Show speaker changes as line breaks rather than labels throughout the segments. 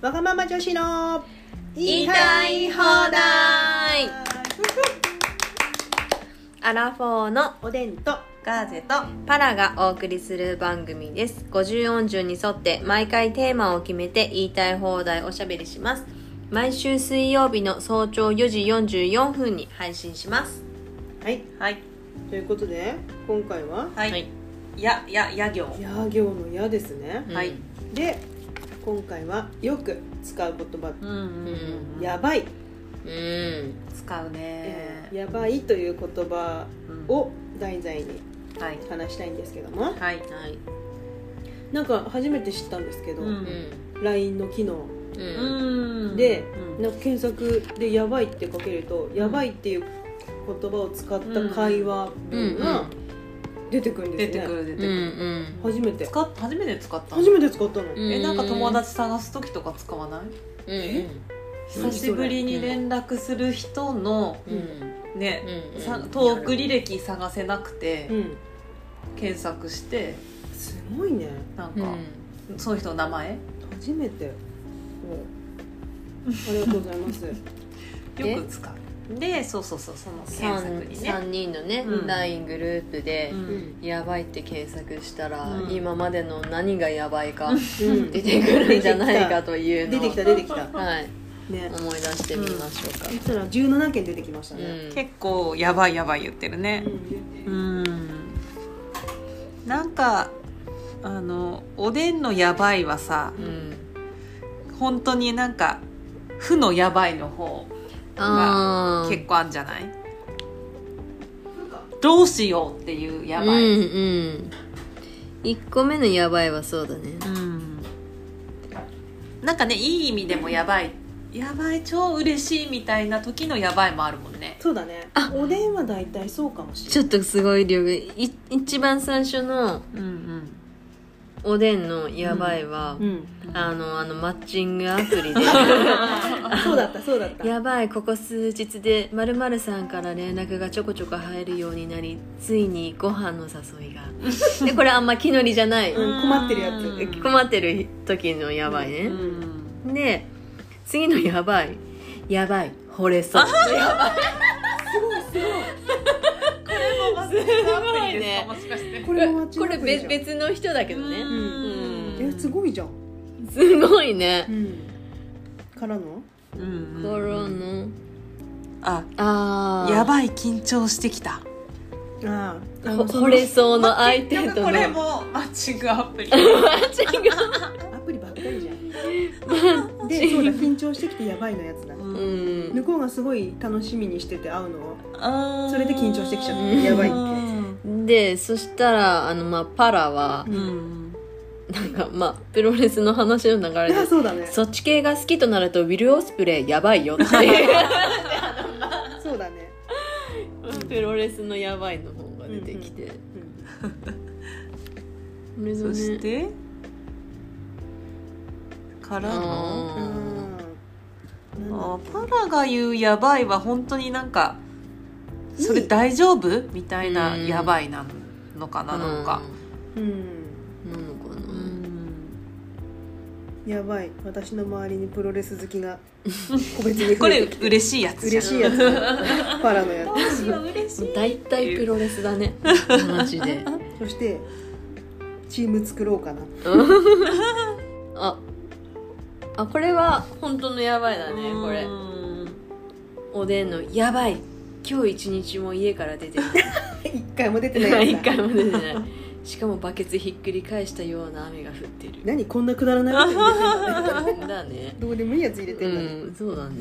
わがまま女子の
言いたい放題アラフォーの
おでんと
ガーゼとパラがお送りする番組です50音順に沿って毎回テーマを決めて言いたい放題おしゃべりします毎週水曜日の早朝4時44分に配信します
はい
はい、
ということで今回は
はい、や、や、や行。
や行のやですね、
はい
で今回はよく使う言葉
うん、うん、
やばい、
うんうん
使うね。
やばいという言葉を題材に
はい、
話したいんですけども
はい、
はい
なんか初めて知ったんですけど、
う
うんん
LINE の機能
うん
うん
で
うん
なんか検索で「やばい」ってかけると「やばい」っていう言葉を使った会話文が出てくるん
出
です
て
ね、
くる、出
う
て
ん
く
う
る。
ん
初めて
使っ、初めて使ったの。
初めて使ったの、
うん
え、なんか友達探す時とか使わない。
うん
久しぶりに連絡する人の、
うんうん
ね、
うん
さ、トーク履歴探せなくて
う、ん
検索して。
すごいね
なん
うん
か、その人の名前。
初めてそうありがとうございます
よく使う。で、そうそうそう、その検索にね。
3人のね
うん
LINE グループで
う
うんん、
やばいって検索したら、
うん
今までの何がやばいか
うん
出てくるんじゃない
出て
かという
きた
の
出
を
てきた出てきた
はい、
ね
思い出してみましょうか
そ、したら17件出てきました
うん
ね、
結構やばいやばい言ってるね。
うん
うんなんかあのおでんのやばいはさ
うん
本当になんか負のやばいの方
あー
結構あんじゃない、
なんか
どうしようっていうやばい、
うんうん1個目のやばいはそうだね
うんなんかねいい意味でもやばいやばい超嬉しいみたいな時のやばいもあるもんね
そうだね
あ
おでんは大体そうかもしれない
ちょっとすごい量がい一番最初の
うん
おでんのやばいは、
うん、
あのあのマッチングアプリで
そうだったそうだった
やばいここ数日でまるさんから連絡がちょこちょこ入るようになりついにご飯の誘いがでこれあんま気乗りじゃない、
うん困ってるやつ
うん
困ってる時のやばいね
う、ん
で次のやばいやばい惚れそうやばいごいね
もしかして
これもマッチン
こ
グア
れ
プリじ
別
ゃん
別の人だけど
う
ね、
ん
えすごいじゃん、
すごいね
からの
うん
心の
あ
ああ
やばい緊張してきた
ああ
ほ惚れそうの相手との
これもマッチングアプリ
アプリばっかりじゃんでそうだ緊張してきてやばいのやつだ
う
うん
ん
向こうがすごい楽しみにしてて会うのを
そ
それで緊張してきちゃった
やばい
って
でそしたらあの、まあ、パラは
うん
なんかまあプロレスの話の流れ
あ
で
そうだね
そっち系が好きとなるとウィル・オスプレイやばいよっていう
そうだね、
プロレスのやばいの方が出てきて、
うん
これぞ
そ
ね
してからの
あ
うん
あパラが言う「やばい」は本当になんか「それ大丈夫?」みたいな
う
「
ん
やばい」なのかな
ー
なんか
うん
なのか
う
なん
やばい私の周りにプロレス好きが個別に
こ
増
れ
えてきた
嬉しいやつじゃん
嬉しいやつパラのやつ
しよう嬉し
大体プロレスだねマジで
そしてチーム作ろうかな
ああこれは本当のやばいだねこれおでんのやばい今日一日も家から出てない
一回も出てないやつ
一
だ
回も出てないしかもバケツひっくり返したような雨が降ってる
何こんなくだらないこと言ってんだね
だね
どうでもいいやつ入れてんだね、
うんそうだね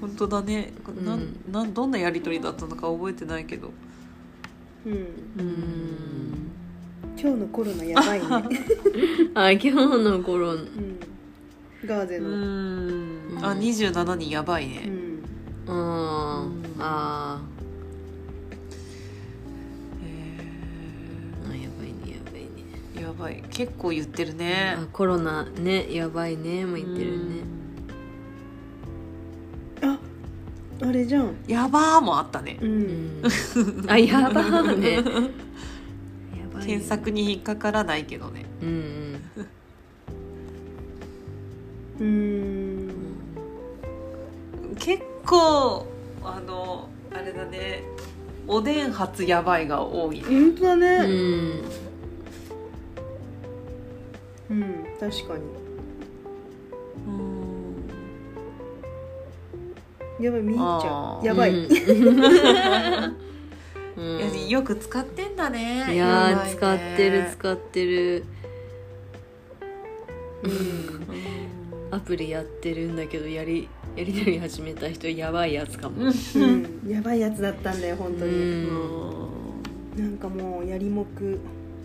本当だねな
うん
んなんどんなやり取りだったのか覚えてないけど
うん、
うん
今日のコロナやばいね、
あ今日の頃
うん、ガーゼ
う
の、うん
ん
うん
あ二27人やばいね、
うんあー
え
あやばいねやばいね
ーやばい結構言ってるね
あコロナねやばいねも言ってるね
ああれじゃん、
うんやばーもあったね
う、、
うんんあやばいねやばいね
検索に引っかからないけどね
うん
うん
結構あのあれだねおでん初やばいが多い
本当だ
う
ね
ん
うん、確か
うん
にやばい見入っちゃ
あ
う
ー
やばい、
うんうん
いやよく使ってんだね
いやー
ね
使ってる使ってるうんアプリやってるんだけどやりやり取り始めた人やばいやつかも
うん
うんやばいやつだったんだよ本当
う
に、
ん
なんかもうやりもく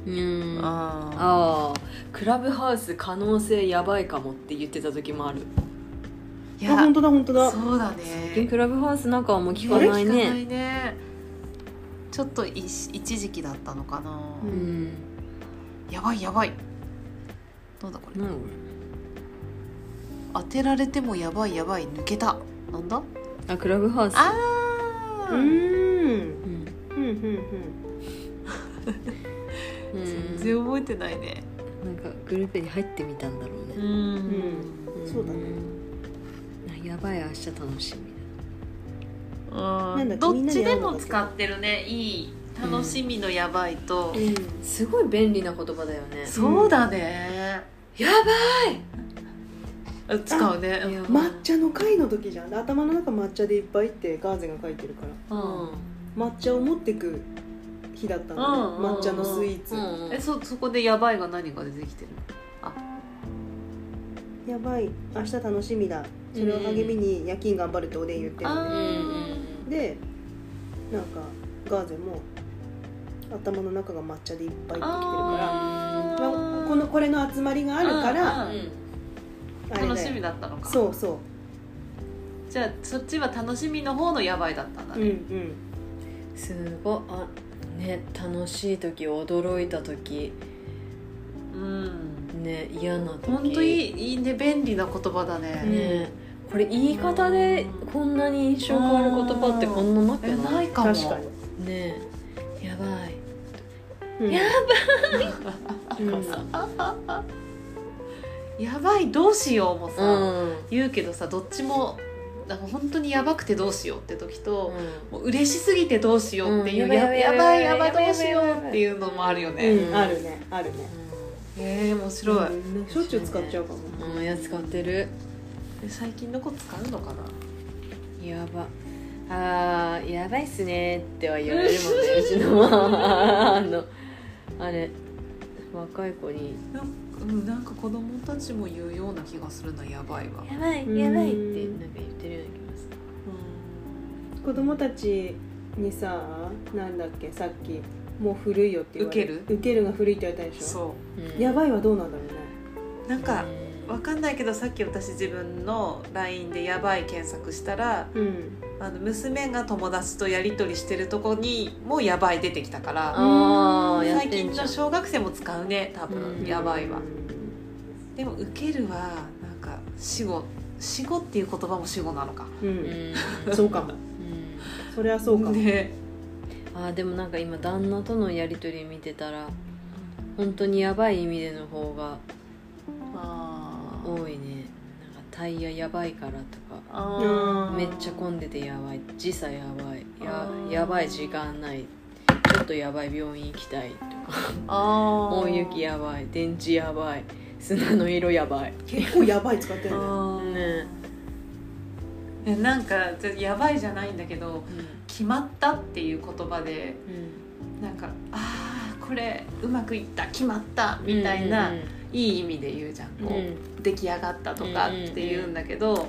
うんああ
あ
ークラブハウス可能性やばいかもって言ってた時もある
ーい
あ
や
本当だ本当だ
そうだ
え
ね
クラブハウスなんかはもう聞かない
聞かな
ね
いねちょっとい一時期だったのかな、
う
うんん
やばいやばいなんだこれ
なん
当てられてもやばいやばい抜けたなんだ
あクラブハウス
あ
うー
ー
ん
うん
うんうんうん
うん
全然覚えてないね
なんかグループに入ってみたんだろうね、
ん
ん
そうだね
あやばい明日楽しみ
んだっけ
どっちでも使ってるねいい楽しみのやばいと、
うん
すごい便利な言葉だよね
そうだね
や
あ使うね
ばいやばい
抹茶の会の時じゃんで頭の中抹茶でいっぱいってガーゼが書いてるから
うん
抹茶を持ってく日だったの、
うんうんうん
抹茶のスイーツ、
うん
えそそこでやばいが何が出てきてる
やばい明日楽しみだそれを励みに夜勤頑張るっておでん言ってるのね、
うん
でなんかガーゼも頭の中が抹茶でいっぱいってきてるか
あ
ら
ー
まあこのこれの集まりがあるから
う
あ
ん
れだよ
楽しみだったのか
そうそう
じゃあそっちは楽しみの方のやばいだったんだ
うんう
ね、
ん
すごいあね楽しい時驚いた時
うん
ね嫌な時
本当いいいいね便利な言葉だね、
ねこれ言い方でこんなに印象変わる言葉ってこんななく
え
な
ないいかも
確かに
ねやばい
うん
や
うん
やばいどうしようもさ、
うん
言うけどさどっちもなんか本当にやばくてどうしようって時と、
う
もう嬉しすぎてどうしようっていう、
うん
や
や
や
ば
ば
い
い
や
や
ば
ば
い
いどうしようっていうのもあるよね、
うんあるねあるね
えー、面白い、
うんしょっちゅう使っちゃうかも
んうんや使ってる
で最近の子使うのかな
やばあーやばいっすねっては言われるもんねうちのはあのあれ若い子に
なんかうんなんか子供たちも言うような気がするなやばいは
「やばいやばい」ってなんか言ってるような気がする
子供たちにさなんだっけさっきもう古いよって言われ
ウ
受けるが古いって言われたでしょ
そ
うん
やばいはどうなんだろうね
うなんか
うん
わかんないけどさっき私自分の LINE で「やばい」検索したら
うん
あの娘が友達とやり取りしてるとこにも「やばい」出てきたから
あーやっ
最
て
近
んじゃ
の
ん
小学生も使うね多分、
うん
やばいは
う
でも「受ける」はなんか死後死後っていう言葉も死後なのか
うんん
そうかも
うん
それはそうかも
ね
あーでもなんか今旦那とのやり取り見てたら本当にやばい意味での方が
あー
多いねなんかタイヤやばいからとか
あー
めっちゃ混んでてやばい時差やばいや
あー
やばい時間ないちょっとやばい病院行きたいとか
あー
大雪やばい電池やばい砂の色やばい
結構やばい使ってるね
あー
ね
えなんかちょっとやばいじゃないんだけど
うん
決まったっていう言葉で
うん
なんかあーこれうまくいった決まったみたいな、
うんうん
いい意味で言うじゃんこう、
う
出来上がったとかって言うんだけど、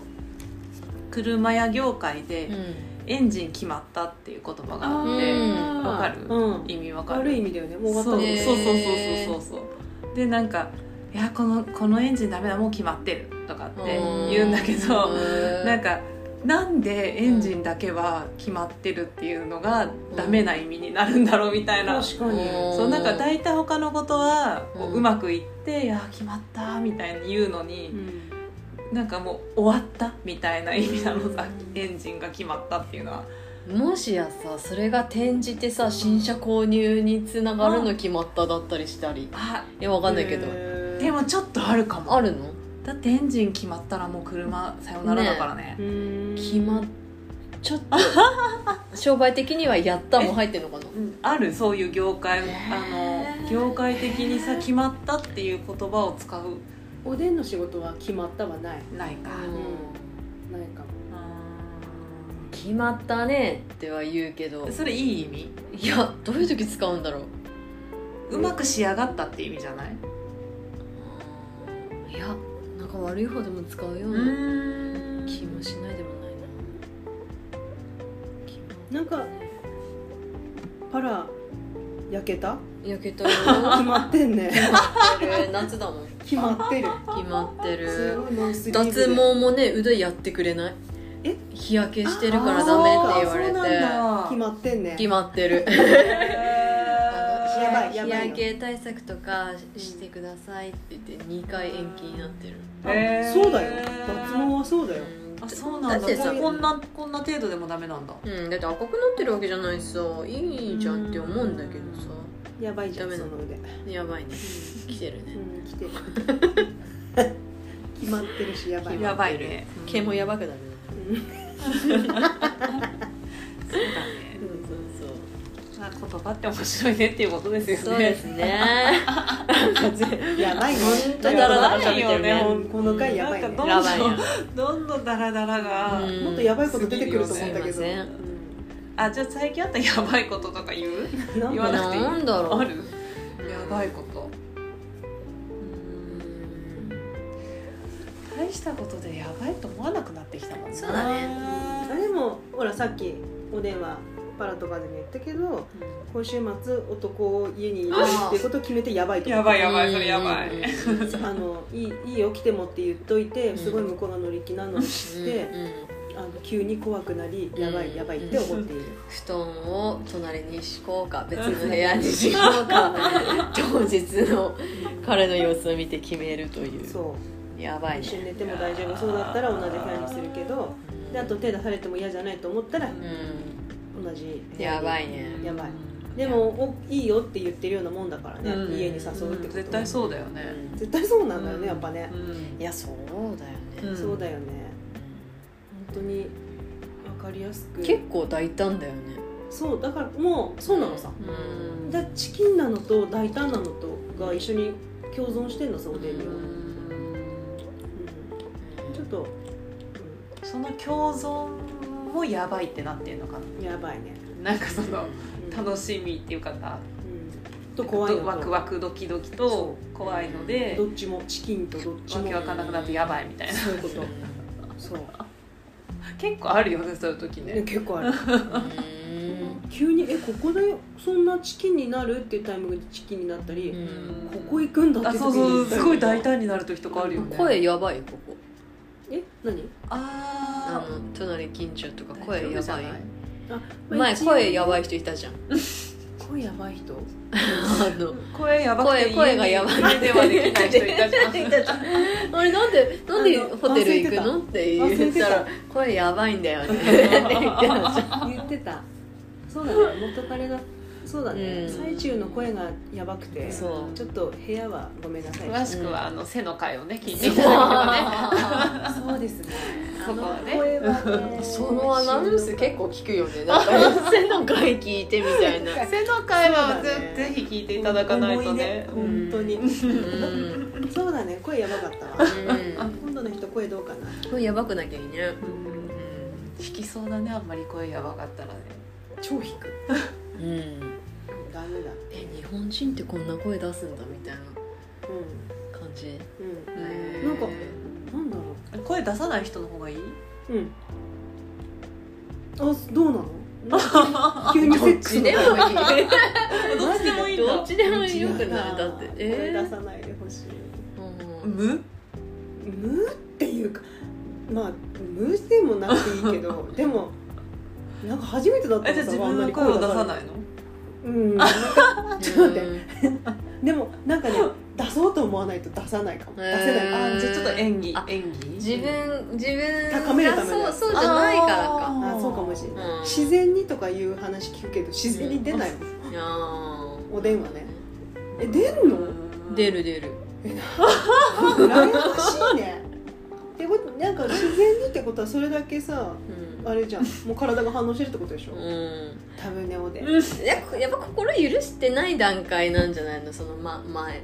車屋業界で
ん
エンジン決まったっていう言葉があっ
うん
て、
あー
わかる
うん
意味わかる
悪い意味だよねもう終わった
そ
の
う
ね
そうそうそうそうそうそうでなんか「いやこのこのエンジンダメだもう決まってる」とかって言うんだけど、 なんかなんでエンジンだけは決まってるっていうのがダメな意味になるんだろうみたいな、
確かに
うん
そうなんか大体他のことはこ
う
うんうまくいって「いや決まった」みたいに言うのに、
うん
なんかもう終わったみたいな意味なのさ、
うん
エンジンが決まったっていうのは
もしやさそれが転じてさ新車購入につながるの決まっただったりしたり
あ
いやわかんないけど
へー
でもちょっとあるかも
あるの
だってエンジン決まったらもう車さよならだからね
決まっちょっと商売的にはやったも入ってるのかな
うんあるそういう業界、あ
へー
の業界的にさ決まったっていう言葉を使う
おでんの仕事は決まったはない
ないか、
うん
ないかも
決まったねっては言うけど
うんそれいい意味
いやどういう時使うんだろう
うまく仕上がったって意味じゃない
いやなんか悪い方でも使うような気もしないでもないな決ま
なんかパラ焼けた
焼け たよ
決まってんね
決まってる夏だもん
決まってる
決まって
す
る
ごいノースリーブで
脱毛もね腕やってくれない
え
日焼けしてるからダメって言われて
決まってんね
決まってる
ーやばいや
日
ばい
焼
の
け対策とかしてくださいって言って2回延期になってる、
あそうだよ脱毛はそうだよ
あそうなん
だっ
だ
てさ
こんなこんな程度でもダメなんだ
うん、だって赤くなってるわけじゃないしさいいじゃんって思うんだけどさ
やばいじゃん
ダメ
そ
なの
の腕
やばいね来て るね
うん来てる 決まってるしやばい
やばいね
毛もやばくなるね
うん
そうだね
そうそう
まあ言葉って面白いねっていうことです
そ
よね
うですねなんかぜ
やばいね
ほんとダラダラ
やば
喋
い
っ
よ
てるね
ほんこの回やばいね
なん かどう
やばいや
どんどんダラダラが、
うん
もっとやばいこと出てくると思ったけ
す
ど、
いません
あじゃあ最近あったやばいこととか言う
うんなん
言
か
わなくていい
なんだろう
ある やばいこと
うん
大したことでやばいと思わなくなってきたもん
そうだね
あでもほらさっきおでんはパラとかでも言ったけど今週末男を家に入れるっていうことを決めてやばいと
やばいやばいそれやばい
うん
あのいいいいよ来てもって言っといてすごい向こうが乗り気なのを知って、
うんうん
あの急に怖くなりやば
うん
いやばいって思っている、
布団を隣に敷こうか別の部屋に敷こうか 当日の彼の様子を見て決めるという
そ
やば
う
い
一緒に
ね
寝ても大丈夫そうだったら同じ部屋にするけどであと手出されても嫌じゃないと思ったら
うん
同じ部屋に
やばいね
やばいでもおいいよって言ってるようなもんだからね、
うん
家に誘うってこと、
絶対そうだよね、
絶対そうなんだよねやっぱね
う、ん
いやそうだよね
うん
そうだよね本当に分かりやすく
結構大胆だよね
そうだからもうそうなのさ、
うん
だチキンなのと大胆なのとが一緒に共存してんのさおでんには、
う
うんちょっと、
その共存もやばいってなってんのか
うん、やばいね、
ななんかその
うん
楽しみっていうかさ
うん、と怖いのと
ワクワクドキドキ
そ
と怖いので
どっちもチキンとどっち
わ
も
けわかんなくなってやばいみたいな
そういうことそう、
結構あるよねそういう時
ね、
ね
結構ある
うん
急に「えここでそんなチキンになる?」っていうタイミングでチキンになったり、
うん
ここ行くんだっ
あ
て
そうそうすごい大
体
胆になる時とかあるよね
声やばいよここ
え何
あ
あ
の隣近所とか声やばい
まあ
前
一応
声やばい人いたじゃん
声やばい人
あの
声やばくて
声声がやばい
家ではできない人い たじゃん
いたじゃんあれなんでなんで
あの
ホテル行くのって言った
忘
ら声やばいんだよね って言ってたじゃん
言ってたそうだね元彼がそうだね、
うん
最中の声がやばくてち
そう
ょっと部屋はごめんなさい
詳しくはあの背の回をね聞いていただければね
そうですね
そこはね
あの声はね
そのアナウンス結構聞くよねなんか背の回聞いてみたいな
背の回は
そうだね
ぜぜひ聞いていただかないとね
思い出本当に、
うん
そうだね声やばかったわ
うん
今度の人声どうかな
声やばくなきゃいいね
うん引きそうだねあんまり声やばかったらね
超引く
うん
ダメだ
え日本人ってこんな声出すんだみたいな
う
感じ
んう
へー
なんかんなんだろ
声出さない人の方がいいう
うんあどうなのなんか急にセ
どっ
ック
ち
ス
でもいい
どっちでもいい
どっ
んだ
ちでもよくないだって
声
え
出
ー
さないでほしい
うん
無
無っていうかまあ無でもなくていいけどでもなんか初めてだった
え
の
じゃあ
さ
自分
あんな
の
に
声を出さ
い
ないの
うんなんかちょっと待ってでもなんかね出そうと思わないと出さないかも出せない、
へー
あじゃあちょっと演技
あ
演技
自分自分
高めるためだ
そ
よ
うそうじゃないからか
あー
あそうかもしれない、
うん
自然にとかいう話聞くけど自然に出ないもん、
あー
おでんはねえ出んの
出る出る
羨ましいねことなんか自然にってことはそれだけさ
うん
あれじゃんもう体が反応してるってことでしょ、
うん
多分ねおでん
いややっぱ心許してない段階なんじゃないのその、ま、前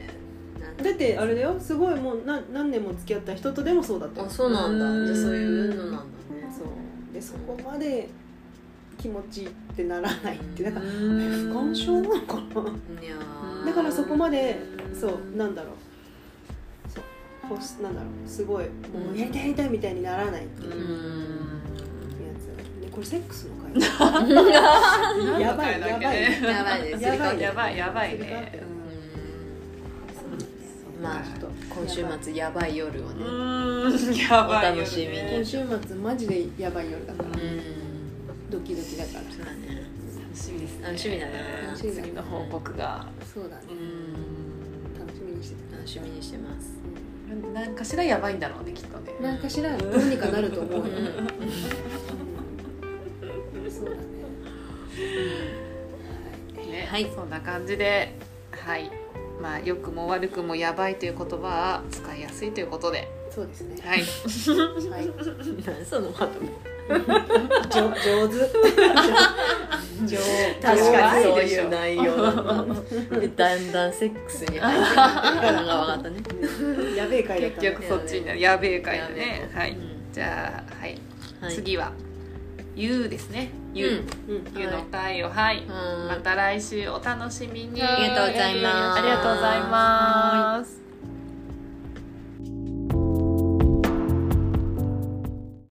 なん
だってあれだよすごいもうな何年も付き合った人とでもそうだった
あそうなんだ
うん
じゃあそういうのなんだね
そうでそこまで気持ちいいってならないってだから
不
不感症なのかなだからそこまでそうなんだろうそうほしなんだろうすごいもうやりたいやりたいみたいにならないっていう
う
や
ん
つ、ね、これセックスの会やばいやばい
やばいです
やばい
やばいやばい
それがあって
ね
まあ
ちょっと
今週末やばい夜を
う
ね
んうんやばいよ
お
ね
楽しみに
今週末マジでやばい夜だから、
うん
ドキドキだから
そうだね
楽しみですね
楽しみだね
楽しみだね
次の報告が
そうだね
うん
楽しみにして
楽しみにしてます
なんかしらやばいんだろうねきっとね
たなんかしらどうにかなると思うよ、うんそうだね
ね
はい
そんな感じではいまあ良くも悪くもやばいという言葉は使いやすいということで
そうですね
はい
はい
そのまとめ
じょ上手上手
確かにそう
弱いでし
いう
ょ
内容だったんだで だんだんセックスに入ってくるのが分か ったね
うんやべえ回だっ
結
たね
局そっちになるやべえ会だねは
う
い
ん
じゃあはい
はい
次は「ゆう」ですね「ゆう」
うん
ゆうの会をは
う
い
ん
また来週お楽しみに
ありがとうございます
ありがとうございます